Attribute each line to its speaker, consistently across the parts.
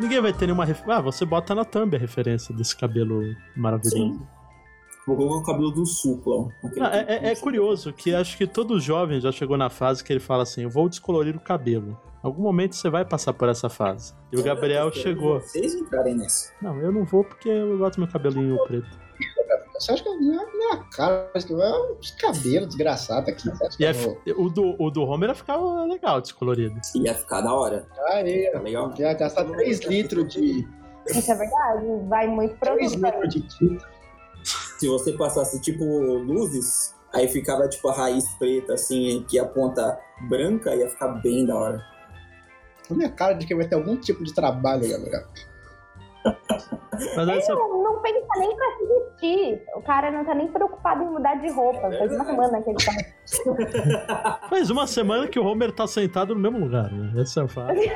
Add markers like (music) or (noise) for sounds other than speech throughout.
Speaker 1: Ninguém vai ter nenhuma referência. Ah, você bota na thumb a referência desse cabelo maravilhoso.
Speaker 2: Sim. Vou colocar o cabelo do Supla. aquele
Speaker 1: Ah,
Speaker 2: que-
Speaker 1: é, é- é curioso que acho que todo jovem já chegou na fase que ele fala assim: eu vou descolorir o cabelo. Em algum momento você vai passar por essa fase. E o Gabriel chegou.
Speaker 2: Vocês entrarem nessa.
Speaker 1: Não, eu não vou porque eu gosto do meu cabelinho preto.
Speaker 3: Você acha que eu não é a minha cara? Acho que é uns cabelos desgraçados aqui. Você acha que
Speaker 1: E é
Speaker 3: eu vou?
Speaker 1: f- o, do, o do Homer ia ficar legal, descolorido.
Speaker 2: Ia ficar da hora.
Speaker 3: Aí,
Speaker 2: Tá legal?
Speaker 3: já gastar 3 litros de.
Speaker 4: Isso é verdade, vai muito
Speaker 3: 3
Speaker 4: produto.
Speaker 3: litros de tinta.
Speaker 2: Se você passasse, tipo, luzes, aí ficava, tipo, a raiz preta, assim, que a ponta branca ia ficar bem da hora.
Speaker 3: A minha cara de que vai ter algum tipo de trabalho, Gabriel.
Speaker 1: Mas
Speaker 4: Ele
Speaker 1: essa.
Speaker 4: não, não pensa nem pra se vestir. O cara não tá nem preocupado em mudar de roupa. Faz uma semana que ele tá.
Speaker 1: Faz uma semana que o Homer tá sentado no mesmo lugar, né? Essa é a fase.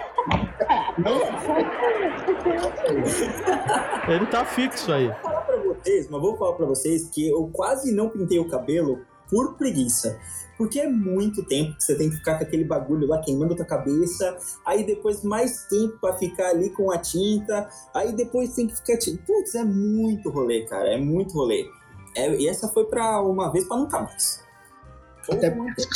Speaker 1: Ele tá fixo aí.
Speaker 2: falar pra vocês, mas vou falar pra vocês que eu quase não pintei o cabelo por preguiça. Porque é muito tempo que você tem que ficar com aquele bagulho lá queimando a tua cabeça, aí depois mais tempo pra ficar ali com a tinta, aí depois tem que ficar. ti- Putz, é muito rolê, cara, é muito rolê. É, e essa foi pra uma vez pra nunca mais. Foi
Speaker 3: Até-
Speaker 2: muito tempo.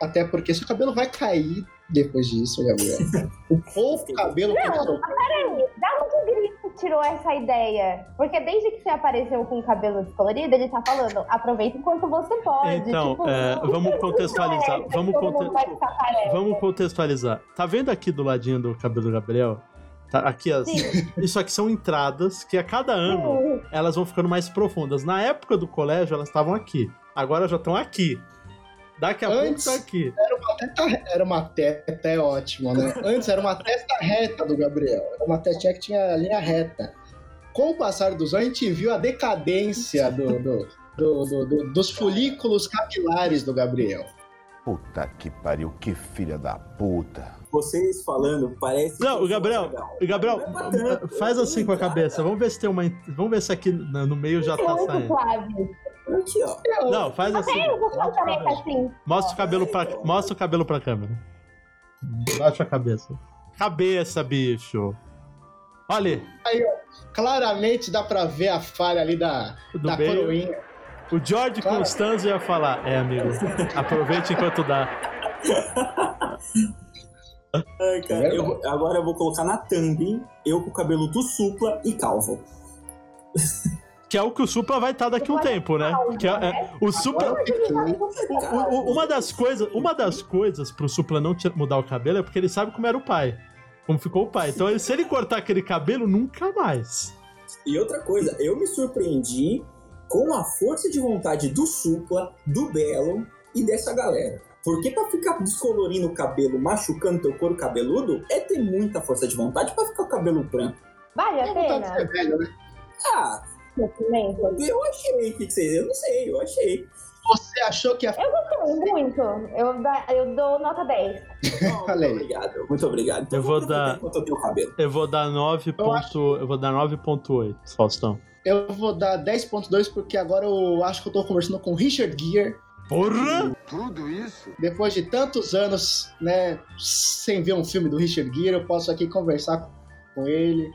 Speaker 3: Até porque seu cabelo vai cair depois disso, Gabriel. O pouco cabelo que ele
Speaker 4: Não,
Speaker 3: soltou.
Speaker 4: peraí, da onde o Grifo tirou essa ideia? Porque desde que você apareceu com o cabelo descolorido, ele tá falando, aproveita enquanto você pode.
Speaker 1: Então,
Speaker 4: tipo,
Speaker 1: é,
Speaker 4: não-
Speaker 1: vamos
Speaker 4: não
Speaker 1: contextualizar,
Speaker 4: é essa
Speaker 1: vamos
Speaker 4: que todo
Speaker 1: conte-
Speaker 4: mundo vai ficar careca.
Speaker 1: Vamos contextualizar. Tá vendo aqui do ladinho do cabelo do Gabriel? Tá, aqui as,
Speaker 4: Sim.
Speaker 1: (laughs) isso aqui são entradas que a cada ano
Speaker 4: Sim.
Speaker 1: elas vão ficando mais profundas. Na época do colégio elas estavam aqui. Agora já estão aqui. Daqui a
Speaker 3: Antes-
Speaker 1: pouco tá aqui.
Speaker 3: Era uma teta, era uma teta é ótimo, né? Antes era uma testa reta do Gabriel. Era uma testinha que tinha linha reta. Com o passar dos anos, a gente viu a decadência do- do- do- do- do- dos folículos capilares do Gabriel.
Speaker 5: Puta que pariu, que filha da puta.
Speaker 2: Vocês falando, parece.
Speaker 1: Não,
Speaker 2: que
Speaker 1: o Gabriel,
Speaker 2: legal.
Speaker 1: Gabriel,
Speaker 2: Não é pra tanto,
Speaker 1: faz
Speaker 2: eu
Speaker 1: assim
Speaker 2: tô
Speaker 1: com a
Speaker 2: ligado.
Speaker 1: cabeça. Vamos ver se tem uma. en- Vamos ver se aqui no no meio já tá
Speaker 4: Muito
Speaker 1: saindo.
Speaker 4: suave.
Speaker 2: Aqui, ó.
Speaker 1: Não, faz assim.
Speaker 4: Eu vou ficar careca assim.
Speaker 1: Mostra o cabelo pra, mostra o cabelo pra câmera. Baixa a cabeça. Cabeça, bicho. Olha,
Speaker 3: Claramente dá pra ver a falha ali da,
Speaker 1: do
Speaker 3: da
Speaker 1: meio.
Speaker 3: coroinha.
Speaker 1: O George
Speaker 3: Cara.
Speaker 1: Constanzo ia falar: É, amigo, aproveite enquanto dá.
Speaker 2: Ai, cara,
Speaker 3: É
Speaker 2: eu vou- agora eu vou colocar na thumb, eu com o cabelo do supla e calvo.
Speaker 1: Que é o que o Supla vai estar daqui a um tempo, né? Que é- é- o Supla.
Speaker 3: Agora fiquei-
Speaker 1: o- o- uma das coisas, uma das coisas pro Supla não tira- mudar o cabelo é porque ele sabe como era o pai. Como ficou o pai. Então, ele- se ele cortar aquele cabelo, nunca mais.
Speaker 2: E outra coisa, eu me surpreendi com a força de vontade do Supla, do Belo e dessa galera. Porque pra ficar descolorindo o cabelo, machucando teu couro cabeludo, é ter muita força de vontade pra ficar o cabelo branco.
Speaker 4: Vale a
Speaker 3: vontade de
Speaker 4: É pena?
Speaker 3: ser velho, né?
Speaker 2: Ah,
Speaker 4: Muito.
Speaker 2: eu achei, o que que vocês... Eu não sei, eu
Speaker 3: (laughs)
Speaker 2: achei.
Speaker 3: Você achou que ia
Speaker 4: Eu gostei muito. Eu, da- eu dou nota 10.
Speaker 2: Não,
Speaker 3: Falei.
Speaker 2: muito obrigado, muito obrigado.
Speaker 1: Eu vou dar-
Speaker 2: Quanto eu tenho o cabelo.
Speaker 1: Eu vou dar 9.
Speaker 3: Eu
Speaker 1: Ponto, eu vou dar 9.8, Faustão.
Speaker 3: Eu vou dar 10.2 porque agora eu acho que eu tô conversando com o Richard Gere.
Speaker 1: Porra!
Speaker 5: Tudo isso?
Speaker 3: Depois de tantos anos, né, sem ver um filme do Richard Gere, eu posso aqui conversar com ele.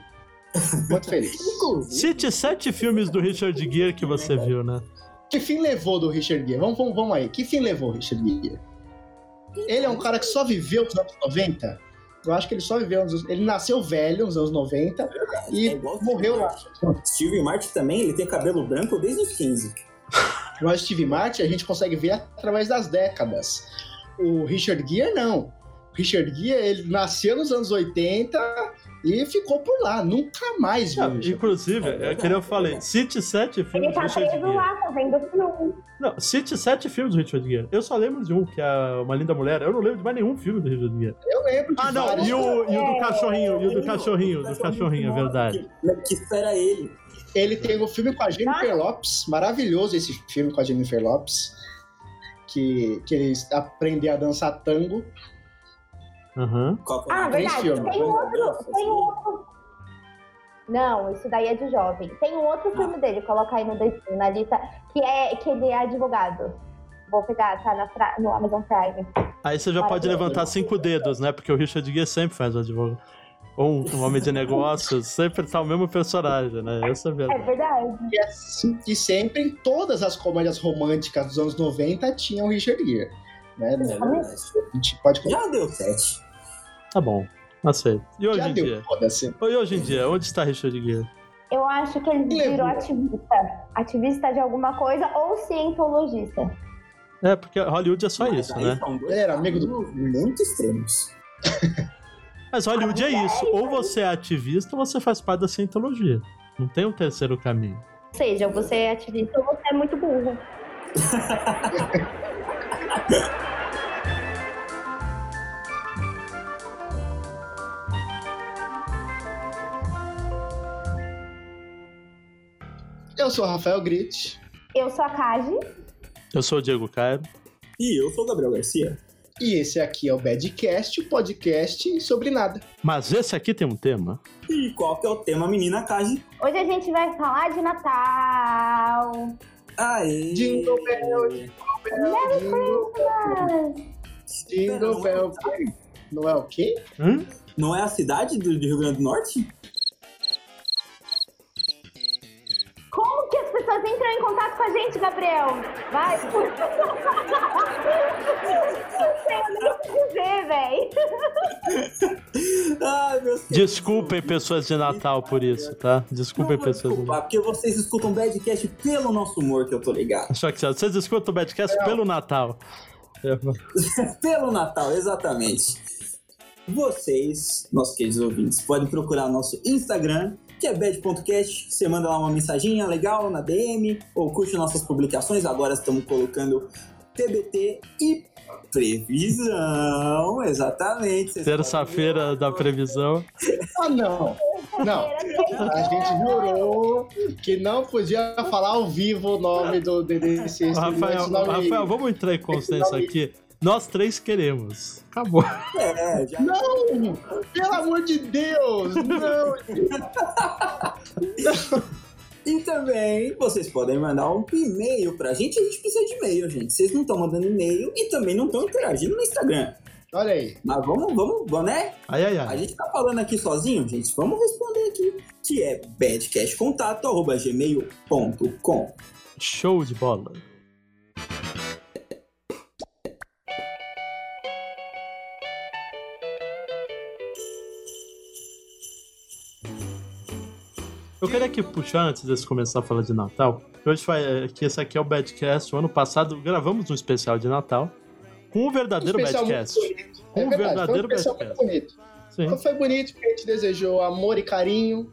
Speaker 2: (laughs)
Speaker 3: Muito feliz.
Speaker 2: Inclusive,
Speaker 1: Cite sete filmes do Richard Gere que você viu, né?
Speaker 3: que fim levou do Richard Gere? Vamos, vamos, vamos aí. Que fim levou o Richard Gere? Ele é um cara que só viveu nos anos 90. Eu acho que ele só viveu nos... Ele nasceu velho nos anos 90 e
Speaker 2: É igual
Speaker 3: morreu lá.
Speaker 2: Steve Martin também, ele tem cabelo branco desde os 15.
Speaker 3: Nós Steve Martin a gente consegue ver através das décadas. O Richard Gere não. O Richard Gere ele nasceu nos anos 80 e ficou por lá, nunca mais viu.
Speaker 1: Ah,
Speaker 3: o Richard Gere.
Speaker 1: inclusive, é que nem eu falei, cite sete
Speaker 4: Ele
Speaker 1: filmes do
Speaker 4: tá
Speaker 1: Richard
Speaker 4: preso
Speaker 1: Gere.
Speaker 4: lá, tá vendo filme.
Speaker 1: Não, cite sete filmes do Richard Gere. Eu só lembro de um, que é Uma Linda Mulher. Eu não lembro de mais nenhum filme do Richard Gere.
Speaker 3: Eu lembro de
Speaker 1: Ah, não,
Speaker 3: vários.
Speaker 1: e o, e o do cachorrinho, e o do
Speaker 2: Menino,
Speaker 1: cachorrinho, do cachorrinho, é
Speaker 2: que-
Speaker 1: verdade.
Speaker 2: Que espera ele.
Speaker 3: Ele tem o filme com a Jennifer
Speaker 4: Ah.
Speaker 3: Lopes, maravilhoso esse filme com a Jennifer Lopes, que, que ele aprende a dançar tango.
Speaker 1: Aham.
Speaker 2: Qual que é o
Speaker 4: Ah,
Speaker 2: nome?
Speaker 3: três
Speaker 4: verdade.
Speaker 3: filmes.
Speaker 4: Tem um outro, tem um outro. Não, isso daí é de jovem. Tem um outro
Speaker 3: Ah.
Speaker 4: filme dele, coloca aí no dedinho, na lista, que é que ele é advogado. Vou pegar, tá na fra- no Amazon Prime.
Speaker 1: Aí você já pode
Speaker 4: Maravilhoso.
Speaker 1: levantar cinco dedos, né? Porque o Richard Gere sempre faz o advogado. Ou um homem de negócios, (laughs) sempre tá o mesmo personagem, né? Essa é a
Speaker 4: É
Speaker 3: Tá
Speaker 1: verdade.
Speaker 4: verdade.
Speaker 3: E, assim, e sempre em todas as comédias românticas dos anos 90 tinha o Richard Gere. Né?
Speaker 2: É verdade.
Speaker 3: A gente pode
Speaker 2: Já deu sete.
Speaker 1: Tá bom, aceito. E hoje
Speaker 3: Já
Speaker 1: em
Speaker 3: deu,
Speaker 1: dia?
Speaker 3: foda-se.
Speaker 1: E hoje em dia, onde está Richard Gere?
Speaker 4: Eu acho que ele
Speaker 3: Levou.
Speaker 4: virou ativista. Ativista de alguma coisa ou cientologista.
Speaker 1: É, porque Hollywood é só
Speaker 2: Mas
Speaker 1: isso,
Speaker 2: aí
Speaker 1: né?
Speaker 2: são dois
Speaker 3: Ele era amigo do-
Speaker 2: caminhos Muito extremos.
Speaker 1: Mas Hollywood é
Speaker 4: É
Speaker 1: isso. Ou você é ativista ou você faz parte da cientologia. Não tem um terceiro caminho.
Speaker 4: Ou seja, você é ativista ou você é muito burro.
Speaker 3: Eu sou o Rafael Gritti.
Speaker 4: Eu sou a Kaji.
Speaker 1: Eu sou o Diego Cairo.
Speaker 2: E eu sou o Gabriel Garcia.
Speaker 3: E esse aqui é o Badcast, o podcast sobre nada.
Speaker 1: Mas esse aqui tem um tema.
Speaker 2: E qual que é o tema, menina Kaji?
Speaker 4: Hoje a gente vai falar de Natal.
Speaker 2: Aê!
Speaker 3: Jingle bell, jingle bell, jingle
Speaker 4: Ah,
Speaker 3: jingle bell. Não é o quê?
Speaker 1: Hum?
Speaker 2: é- Não é a cidade do, do Rio Grande do Norte?
Speaker 4: Como que as pessoas entram em contato com a gente, Gabriel? Vai. (laughs) Não sei, eu nem o que dizer, velho.
Speaker 2: Ai, meu Deus.
Speaker 1: Desculpem pessoas de Natal por isso, tá? Desculpem
Speaker 2: Não vou
Speaker 1: pessoas de Natal.
Speaker 2: desculpar, porque vocês escutam Badcast pelo nosso humor, que eu tô ligado.
Speaker 1: Só que vocês escutam o Badcast pelo Natal. É,
Speaker 2: Pelo Natal, exatamente. Vocês, nossos queridos ouvintes, podem procurar nosso Instagram, que é bad.cast. Você manda lá uma mensaginha legal na DM, ou curte nossas publicações. Agora estamos colocando TBT e previsão, exatamente. Vocês
Speaker 1: Terça-feira
Speaker 2: podem-
Speaker 1: da previsão.
Speaker 3: Ah, não. Não, a gente jurou que não podia falar ao vivo o nome do DDC.
Speaker 1: Ô, Rafael,
Speaker 3: nome...
Speaker 1: Rafael, vamos entrar em consciência aqui. Nós três queremos. Acabou.
Speaker 2: É, já
Speaker 3: Não! Pelo amor de Deus! Não!
Speaker 2: E também vocês podem mandar um e-mail pra gente. A gente precisa de e-mail, gente. Vocês não estão mandando e-mail e também não estão interagindo no Instagram.
Speaker 3: Olha aí.
Speaker 2: Mas vamos, vamos, vamos, né?
Speaker 1: Ai, ai,
Speaker 2: A
Speaker 1: ai.
Speaker 2: gente tá falando aqui sozinho, gente. Vamos responder aqui. Que é badcastcontato.gmail.com
Speaker 1: Show de bola. Eu queria aqui puxar antes de começar a falar de Natal. que Hoje foi, é, que esse aqui é o Badcast. O ano passado gravamos um especial de Natal com o verdadeiro
Speaker 3: especial muito
Speaker 1: Badcast.
Speaker 3: bonito. É
Speaker 1: Um
Speaker 3: verdade,
Speaker 1: verdadeiro
Speaker 3: foi um especial muito
Speaker 1: Badcast.
Speaker 3: bonito.
Speaker 1: Sim.
Speaker 3: Então foi bonito porque a gente desejou amor e carinho,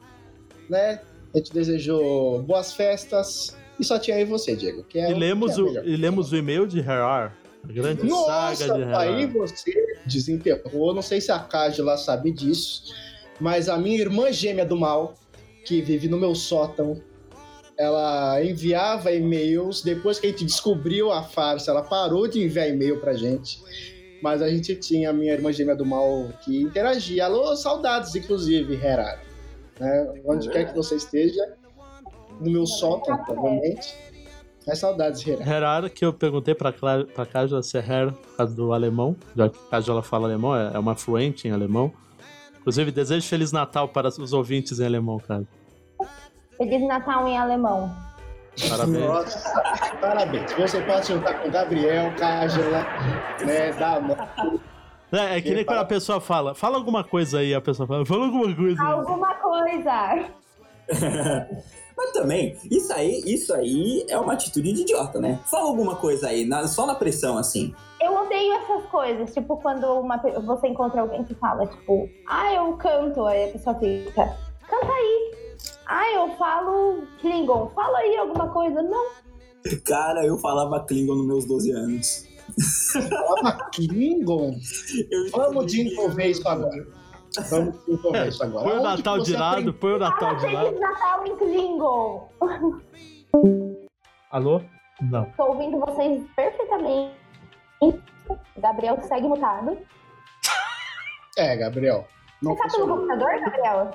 Speaker 3: né? A gente desejou boas festas. E só tinha aí você, Diego. Que é
Speaker 1: E lemos,
Speaker 3: que é
Speaker 1: o,
Speaker 3: melhor.
Speaker 1: e lemos o e-mail de Herar. A grande
Speaker 3: Nossa,
Speaker 1: saga de
Speaker 3: aí
Speaker 1: Herar.
Speaker 3: você desenterrou. Não sei se a Kaji lá sabe disso, mas a minha irmã gêmea do mal, que vive no meu sótão, ela enviava e-mails. Depois que a gente descobriu a farsa, ela parou de enviar e-mail pra gente. Mas a gente tinha a minha irmã gêmea do mal que interagia. Alô, saudades, inclusive, Herara. Né? Onde quer que você esteja, no meu sótão, provavelmente. É saudades, Herara.
Speaker 1: Herar, que eu perguntei pra, Cla- pra Kaja se é Her, por causa do alemão, já que Kaja ela fala alemão, é, é uma fluente em alemão. Inclusive, desejo Feliz Natal para os ouvintes em alemão, cara.
Speaker 4: Feliz Natal em alemão.
Speaker 1: Parabéns.
Speaker 3: Nossa, parabéns. Você pode juntar com Gabriel, Cágela, né? Da mão.
Speaker 1: É, é que nem quando a pessoa fala, fala alguma coisa aí, a pessoa fala, fala alguma coisa aí.
Speaker 4: Alguma coisa.
Speaker 2: Mas também, isso aí, isso aí é uma atitude de idiota, né? Fala alguma coisa aí, na- só na pressão, assim.
Speaker 4: Eu odeio essas coisas. Tipo, quando uma, pe- você encontra alguém que fala, tipo, ah, eu canto, aí a pessoa fica, canta aí. Ah, eu falo Klingon, fala aí alguma coisa. Não,
Speaker 2: Cara, eu falava Klingon nos meus 12 anos.
Speaker 3: Fala Klingon.
Speaker 2: Eu
Speaker 3: Vamos desenvolver isso agora. Vamos desenvolver isso agora.
Speaker 1: Põe o
Speaker 3: Onde
Speaker 1: Natal
Speaker 3: que
Speaker 1: de
Speaker 3: você
Speaker 1: lado,
Speaker 3: aprende-
Speaker 1: põe o Natal de
Speaker 4: Feliz
Speaker 1: lado.
Speaker 4: Natal em Klingon.
Speaker 1: Alô? Não.
Speaker 4: Tô ouvindo vocês perfeitamente. Gabriel que segue mutado.
Speaker 3: É, Gabriel. Não
Speaker 4: Você tá pelo
Speaker 3: funcionou.
Speaker 4: computador, Gabriel?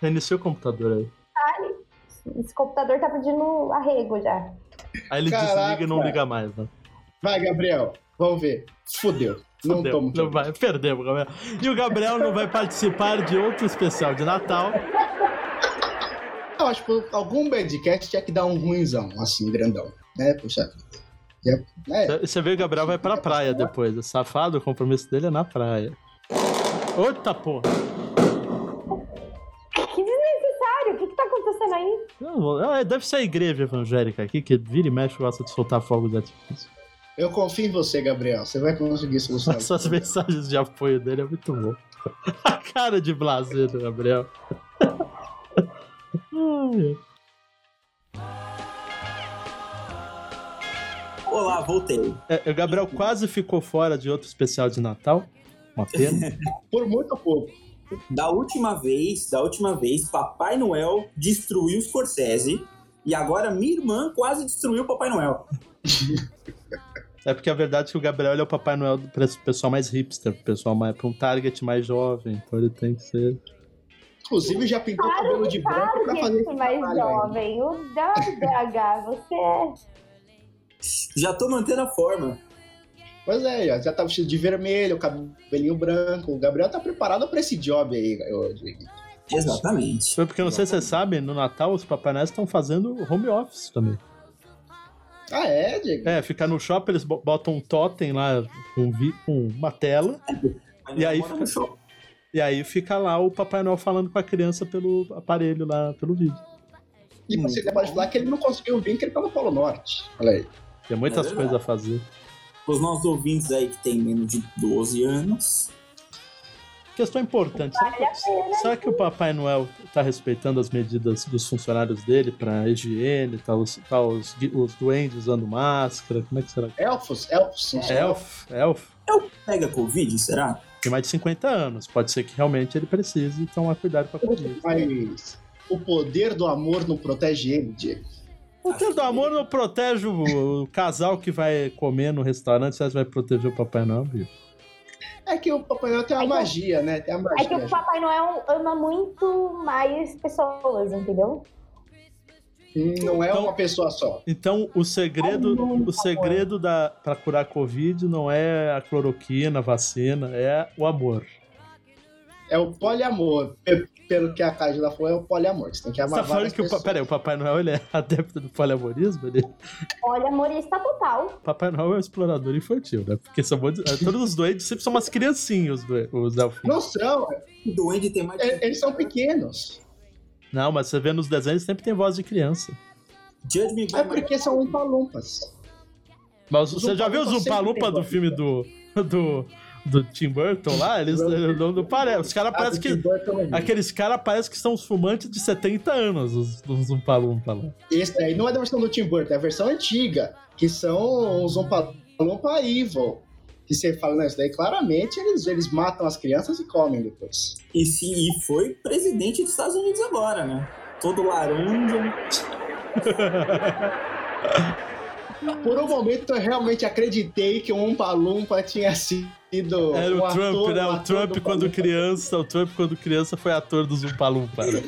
Speaker 1: Reiniciou o computador aí.
Speaker 4: Esse computador tá pedindo arrego já.
Speaker 1: Aí ele
Speaker 3: Caraca.
Speaker 1: desliga e não liga mais, né?
Speaker 3: Vai, Gabriel. Vamos ver. Fudeu. Não
Speaker 1: Fudeu,
Speaker 3: tomo.
Speaker 1: não vai, perdemos, Gabriel. E o Gabriel não vai participar de outro especial de Natal.
Speaker 3: Eu acho que algum badcast tinha que dar um ruinzão, assim, grandão. Né, puxa vida. Já, né?
Speaker 1: Você vê o Gabriel vai pra praia depois. O safado, o compromisso dele é na praia. Outra porra!
Speaker 4: Que desnecessário, o que, que tá acontecendo aí?
Speaker 1: Não, vou- ah, Deve ser a igreja evangélica aqui que vira e mexe gosta de soltar fogo de (laughs) artifício.
Speaker 3: Eu confio em você, Gabriel. Você vai conseguir solucionar.
Speaker 1: As suas mensagens de apoio dele é muito bom. (laughs) A cara de blazer do Gabriel. (laughs) Ai,
Speaker 2: Olá, voltei.
Speaker 1: é, o Gabriel quase ficou fora de outro especial de Natal. Uma pena.
Speaker 3: Por muito pouco.
Speaker 2: Da última vez, da última vez, Papai Noel destruiu o Scorsese e agora minha irmã quase destruiu o Papai Noel.
Speaker 1: É porque a verdade é que o Gabriel ele é o Papai Noel para esse pessoal mais hipster, pro pessoal mais, pra um target mais jovem. Então ele tem que ser.
Speaker 3: Inclusive, já pintou o cabelo de branco pra fazer
Speaker 4: Target
Speaker 3: esse
Speaker 4: mais
Speaker 3: trabalho aí.
Speaker 4: jovem, o WDH, você é.
Speaker 2: Já tô mantendo a forma.
Speaker 3: Pois é, já- já tá vestido de vermelho, cabelinho branco. O Gabriel tá preparado pra esse job aí, eu digo.
Speaker 2: Exatamente.
Speaker 1: Foi porque, não sei se vocês sabem, no Natal os Papai Noel estão fazendo home office também.
Speaker 3: Ah, é, Diego?
Speaker 1: É, ficar no shopping, eles bo- botam um totem lá com, vi- com uma tela, E aí
Speaker 2: Mora no
Speaker 1: fica-
Speaker 2: shopping.
Speaker 1: e aí fica lá o Papai Noel falando com a criança pelo aparelho lá, pelo vídeo.
Speaker 3: E você
Speaker 2: Muito
Speaker 3: acabou de
Speaker 2: bom.
Speaker 3: falar que ele não conseguiu vir, que ele tá no Polo Norte. Olha aí.
Speaker 1: Tem muitas
Speaker 2: É verdade.
Speaker 1: coisas a fazer.
Speaker 2: Os nossos ouvintes aí que tem menos de 12 anos.
Speaker 1: Questão importante. Será que, será que o Papai Noel está respeitando as medidas dos funcionários dele para higiene? Tá os, tá os, gui- os duendes usando máscara? Como é que será? que-
Speaker 3: Elfos, elfos. são
Speaker 1: É.
Speaker 3: só
Speaker 1: Elf, elf.
Speaker 2: Pega Covid, será?
Speaker 1: Tem mais de 50 anos. Pode ser que realmente ele precise tomar cuidado com a Covid.
Speaker 3: Mas o poder do amor não protege ele, Diego.
Speaker 1: O teu do amor não protege o, o casal que vai comer no restaurante, você acha que vai proteger o Papai Noel, viu?
Speaker 3: É que o Papai Noel tem uma
Speaker 4: É que-
Speaker 3: magia, né? Tem a
Speaker 4: É que o
Speaker 3: magia.
Speaker 4: Papai Noel ama muito mais pessoas, entendeu?
Speaker 3: Não é
Speaker 1: Então-
Speaker 3: uma pessoa só.
Speaker 1: Então, o segredo, o segredo da para curar a Covid não é a cloroquina, a vacina, é o amor.
Speaker 3: É o poliamor. Pe- Pelo que a Cajula falou, é o poliamor. Você tem que
Speaker 1: Você
Speaker 3: amar
Speaker 1: tá falando
Speaker 3: várias
Speaker 1: que o, pa-
Speaker 3: pessoas.
Speaker 1: peraí, o Papai Noel ele é (laughs) adepto do poliamorismo? Ele,
Speaker 4: Olha, amorista total.
Speaker 1: Papai Noel é um explorador infantil, né? Porque são muito- é, todos os doentes sempre são umas criancinhas, os, doen- os elfinhos.
Speaker 3: Não são,
Speaker 2: O doente tem mais
Speaker 3: é- eles são pequenos.
Speaker 1: Não, mas você vê nos desenhos sempre tem voz de criança.
Speaker 2: Judge me by
Speaker 3: É
Speaker 2: my-
Speaker 3: porque são umpa-lumpas.
Speaker 1: Mas
Speaker 3: Os
Speaker 1: você já viu os
Speaker 3: Umpalumpas sempre
Speaker 1: Umpalupa
Speaker 3: tem
Speaker 1: do
Speaker 3: voz de
Speaker 1: filme do, do, do Tim Burton lá? Eles eh, não, não parecem. Os
Speaker 3: Ah,
Speaker 1: caras parecem Ah, que.
Speaker 3: é
Speaker 1: Aqueles caras parecem que são os fumantes de 70 anos, os, os Umpalumpa lá.
Speaker 3: Esse daí não é da versão do Tim Burton, é a versão antiga, que são os Umpa-Lumpa Evil. Que você fala, não, isso daí claramente eles, eles matam as crianças e comem depois.
Speaker 2: E, sim, e foi presidente dos Estados Unidos agora, né? Todo laranja.
Speaker 3: Por um momento eu realmente acreditei que um Umpa-Lumpa tinha sido.
Speaker 1: Era
Speaker 3: um
Speaker 1: o Trump,
Speaker 3: ator,
Speaker 1: né?
Speaker 3: um
Speaker 1: O
Speaker 3: ator
Speaker 1: Trump
Speaker 3: do
Speaker 1: quando
Speaker 3: Umpa-Lumpa.
Speaker 1: criança, o Trump quando criança foi ator dos Umpalumpa. Né?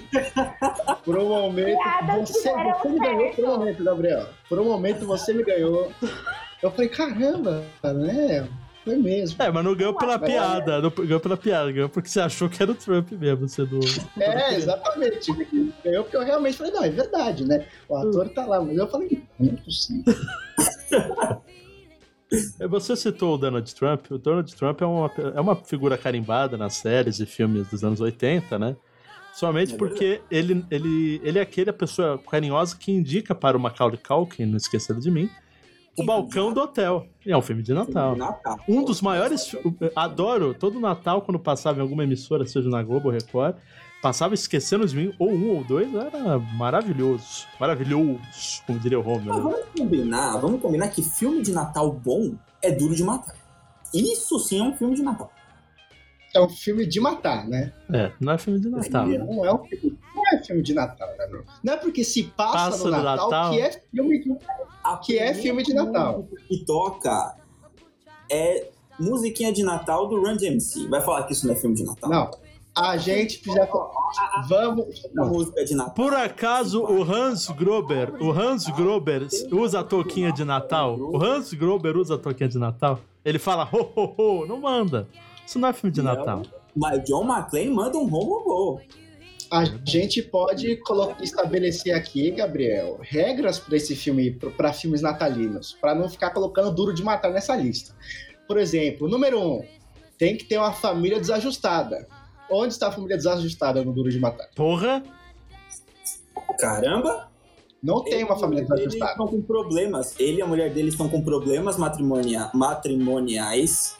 Speaker 3: Por um momento.
Speaker 4: Piadas
Speaker 3: Você,
Speaker 4: que deram
Speaker 3: você me ganhou por um momento, Gabriel. Por um momento você me ganhou. Eu falei, caramba, né? Foi mesmo.
Speaker 1: É, mas não ganhou pela piada, não ganhou pela piada, ganhou porque você achou que era o Trump mesmo, sendo.
Speaker 3: É, exatamente. Eu, porque eu realmente falei, não, é verdade, né? O ator tá lá, mas eu falei, não é possível.
Speaker 1: É, Você citou o Donald Trump. O Donald Trump é uma, é uma figura carimbada nas séries e filmes dos anos 80, né? Somente
Speaker 2: É
Speaker 1: porque ele, ele, ele é aquele a pessoa carinhosa que indica para o Macaulay Culkin, não esqueceram de mim, o
Speaker 2: Sim,
Speaker 1: balcão do hotel. E é um filme de Natal.
Speaker 2: Natal.
Speaker 1: Um dos maiores. fi- Adoro todo Natal quando passava em alguma emissora, seja na Globo ou Record. Passava esquecendo de mim, ou um ou dois, era maravilhoso. Maravilhoso, como diria o Homer.
Speaker 2: Mas
Speaker 1: né?
Speaker 2: vamos combinar, vamos combinar que filme de Natal bom é duro de matar. Isso sim é um filme de Natal.
Speaker 3: É um filme de matar, né?
Speaker 1: É, não é filme de Natal. né?
Speaker 3: Não é um filme, não é filme de Natal, né? Bruno? Não é porque se passa,
Speaker 1: Passa
Speaker 3: no
Speaker 1: no
Speaker 3: Natal,
Speaker 1: Natal.
Speaker 3: que é filme de
Speaker 2: A
Speaker 3: Que é
Speaker 2: primeira
Speaker 3: filme de Natal.
Speaker 2: música Que toca é musiquinha de Natal do Run DMC. Vai falar que isso não é filme de Natal?
Speaker 3: Não. A gente já. Vamos.
Speaker 2: A música é de Natal.
Speaker 1: Por acaso o Hans Grober, o Hans Grober usa a touquinha de Natal? O Hans Grober usa a touquinha de Natal? Ele fala ho ho ho, não manda. Isso não é filme de
Speaker 2: Não.
Speaker 1: Natal.
Speaker 2: Mas John McClane manda um home roll.
Speaker 3: A gente pode colo- estabelecer aqui, Gabriel, regras para esse filme, para filmes natalinos, para não ficar colocando duro de matar nessa lista. Por exemplo, número um, tem que ter uma família desajustada. Onde está a família desajustada no Duro de Matar?
Speaker 1: Porra,
Speaker 2: Caramba!
Speaker 3: Não tem uma família
Speaker 2: Ele- Eles
Speaker 3: desajustada.
Speaker 2: estão com problemas. Ele e a mulher dele estão com problemas matrimonia- matrimoniais.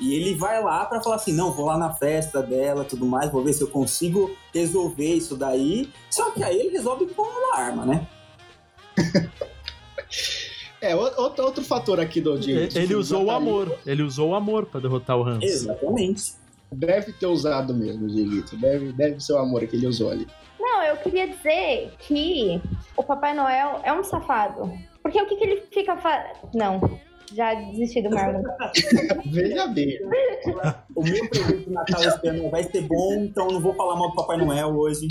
Speaker 2: E ele vai lá pra falar assim: não, vou lá na festa dela tudo mais, vou ver se eu consigo resolver isso daí. Só que aí ele resolve com uma arma, né?
Speaker 3: É, o- outro, outro fator aqui do de-
Speaker 1: ele
Speaker 3: de é
Speaker 1: ele
Speaker 3: filme
Speaker 1: usou o
Speaker 3: natalino.
Speaker 1: amor. Ele usou o amor pra derrotar o Hans.
Speaker 2: Exatamente.
Speaker 3: Deve ter usado mesmo, Gilito. Deve, deve ser o amor que ele usou ali.
Speaker 4: Não, eu queria dizer que o Papai Noel é um safado. Porque o que, que ele fica fazendo? Não, já desisti do
Speaker 1: (laughs)
Speaker 4: meu argumento.
Speaker 3: Veja bem.
Speaker 2: O meu presente de
Speaker 3: (laughs)
Speaker 2: Natal esse ano vai ser bom, então não vou falar mal do Papai Noel hoje.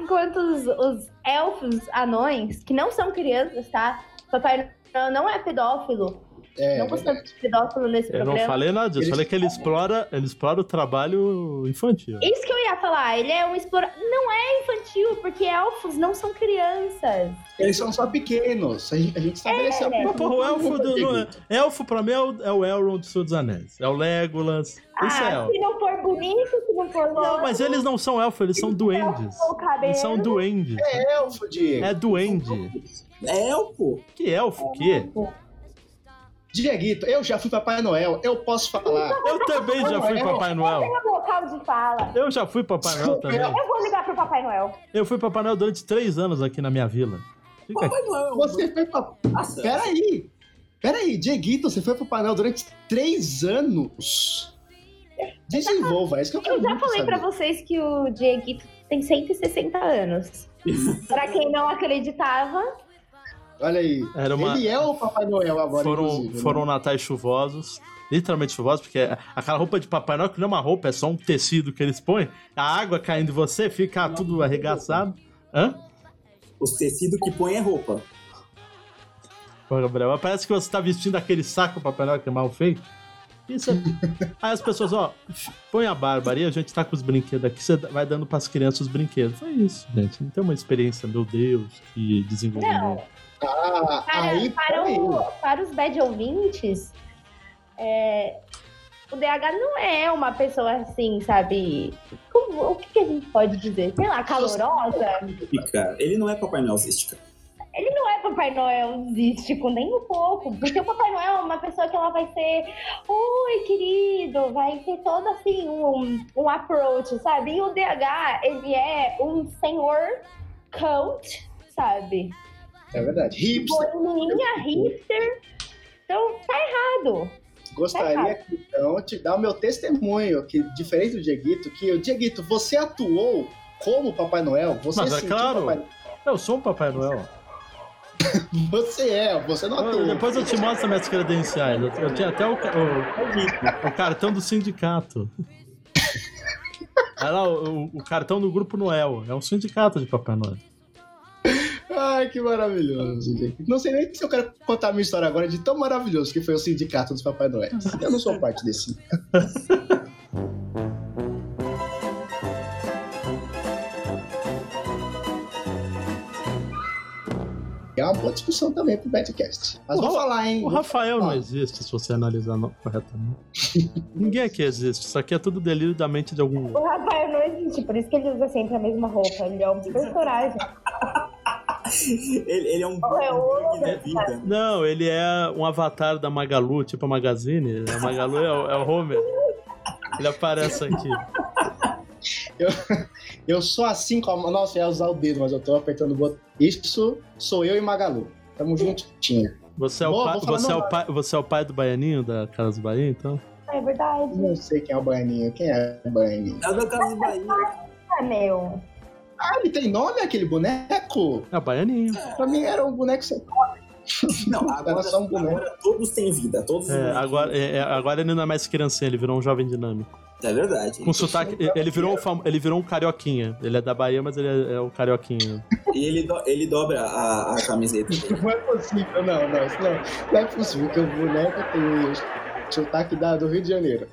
Speaker 4: Enquanto os, os elfos anões, que não são crianças, tá? Papai Noel não é pedófilo.
Speaker 3: É,
Speaker 4: não gostamos de pedófilo nesse
Speaker 1: Eu não
Speaker 4: programa.
Speaker 1: falei nada disso.
Speaker 3: Ele-
Speaker 1: Falei que ele explora, ele explora o trabalho infantil.
Speaker 4: Isso que eu ia falar, ele é um explorador. Não é infantil, porque elfos não são crianças.
Speaker 3: eles são só pequenos. A gente, a gente estabeleceu.
Speaker 4: É,
Speaker 1: Porra, o elfo, do, não- elfo pra mim é o, é o Elrond do Senhor dos Anéis. É o Legolas. Isso é
Speaker 4: ah,
Speaker 1: elfo.
Speaker 4: se não for bonito, se não for
Speaker 1: Não,
Speaker 4: louco,
Speaker 1: mas eles não são elfos, eles são duendes.
Speaker 4: o cabelo.
Speaker 1: Eles são duendes.
Speaker 3: elfo, Diego.
Speaker 1: É duende.
Speaker 2: É elfo.
Speaker 1: Que elfo, que?
Speaker 3: Dieguito, eu já fui Papai Noel, eu posso falar.
Speaker 1: Eu também já fui Papai Noel.
Speaker 4: Tem um local de fala.
Speaker 1: Eu já fui Papai Noel também.
Speaker 4: Eu vou ligar pro Papai Noel.
Speaker 1: Eu fui Papai Noel durante três anos aqui na minha vila. Fica aqui.
Speaker 2: Papai Noel.
Speaker 3: Você foi Papai
Speaker 2: Nossa,
Speaker 3: Peraí! Peraí, Dieguito, você foi Papai Noel durante três anos? Desenvolva, é isso que eu quero
Speaker 4: Eu já
Speaker 3: muito
Speaker 4: falei
Speaker 3: saber.
Speaker 4: pra vocês que o Dieguito tem 160 anos. pra quem não acreditava,
Speaker 3: Olha aí.
Speaker 1: Era uma-
Speaker 3: Ele é o Papai Noel agora,
Speaker 1: Foram,
Speaker 3: inclusive, né?
Speaker 1: foram natais chuvosos. Literalmente chuvosos, porque aquela roupa de Papai Noel que não é uma roupa, é só um tecido que eles põem. A água caindo em você, fica tudo arregaçado. Hã?
Speaker 2: Os tecidos que põe é roupa.
Speaker 1: Pô, Gabriel, mas parece que você tá vestindo aquele saco Papai Noel que é mal feito.
Speaker 3: (laughs)
Speaker 1: Isso é... Aí as pessoas, ó, põe a Bárbara e a gente tá com os brinquedos aqui, você vai dando pras crianças os brinquedos. Foi isso, gente. Não tem uma experiência, meu Deus, que desenvolvimento.
Speaker 3: Ah,
Speaker 4: para,
Speaker 3: aí,
Speaker 4: para,
Speaker 3: peraí.
Speaker 4: o- para os bad ouvintes, é, o DH não é uma pessoa assim, sabe? Como- o que, que a gente pode dizer? Sei lá, calorosa?
Speaker 2: Cara, ele não é Papai Noel, Zística.
Speaker 4: Ele não é Papai Noel zístico, nem um pouco. Porque o Papai Noel é uma pessoa que ela vai ser, oi, querido, vai ter todo assim um, um approach, sabe? E o DH, ele é um senhor count, sabe?
Speaker 3: É verdade. Hipster,
Speaker 4: Boninha, hipster. Então tá errado.
Speaker 3: gostaria
Speaker 4: né,
Speaker 3: aqui, então de dar o meu testemunho, que diferente do Dieguito, que o Dieguito, você atuou como Papai Noel? Você
Speaker 1: Mas é
Speaker 3: sentiu
Speaker 1: claro.
Speaker 3: Papai
Speaker 1: Eu sou um Papai Noel.
Speaker 3: Você é, você não
Speaker 1: Eu-
Speaker 3: atua.
Speaker 1: Ah, depois eu te mostro minhas credenciais. Eu, eu tinha até o, ca- o- o cartão do
Speaker 3: (laughs)
Speaker 1: sindicato. Era lá, o, o cartão do Grupo Noel. É um sindicato de Papai Noel.
Speaker 3: Ai, que maravilhoso, gente. Não sei nem se eu quero contar a minha história agora de tão maravilhoso que foi o sindicato dos Papai Noel. Eu não sou parte desse sindicato. É uma boa discussão também pro Badcast. Mas
Speaker 1: O
Speaker 3: vou
Speaker 1: Ra-
Speaker 3: falar, hein?
Speaker 1: O Rafael não
Speaker 3: Ah.
Speaker 1: existe, se você analisar no- corretamente. (laughs) Ninguém aqui existe. Isso aqui é tudo delírio da mente de algum.
Speaker 4: O Rafael não existe, por isso que ele usa sempre a mesma roupa. Ele é um personagem.
Speaker 2: Ele, ele é um
Speaker 4: é
Speaker 2: bug da vida.
Speaker 1: Não, ele é um avatar da Magalu, tipo a Magazine. A Magalu é o, é o Homer. Ele aparece aqui.
Speaker 3: Eu sou assim com a. Nossa, eu ia usar o dedo, mas eu tô apertando o botão. Isso sou eu e Magalu. Tamo juntinho.
Speaker 1: Você é o,
Speaker 3: Vou-
Speaker 1: pai,
Speaker 3: vou falar
Speaker 1: você é
Speaker 3: não,
Speaker 1: o pai, você é o pai do Baianinho, da Casa do Bahia, então?
Speaker 4: É verdade.
Speaker 3: Não sei quem é o Baianinho. Quem é o Baianinho?
Speaker 2: É o da Casa de Bahia.
Speaker 4: Ah, meu.
Speaker 3: Ah, ele tem nome aquele boneco?
Speaker 1: É o Baianinho.
Speaker 3: Pra mim era um boneco sem
Speaker 2: Não, agora,
Speaker 3: Era só um boneco.
Speaker 2: agora todos têm vida. Todos
Speaker 1: É, agora, é, é, agora ele não é mais criancinha, ele virou um jovem dinâmico.
Speaker 2: É verdade.
Speaker 1: Com sotaque, ele virou, um fam- ele virou um carioquinha. Ele é da Bahia, mas ele é, é o carioquinha.
Speaker 2: E ele, do- ele dobra a, a camiseta. dele.
Speaker 3: Não é possível, não, não. Isso não, não é possível que o boneco tem o sotaque da, do Rio de Janeiro.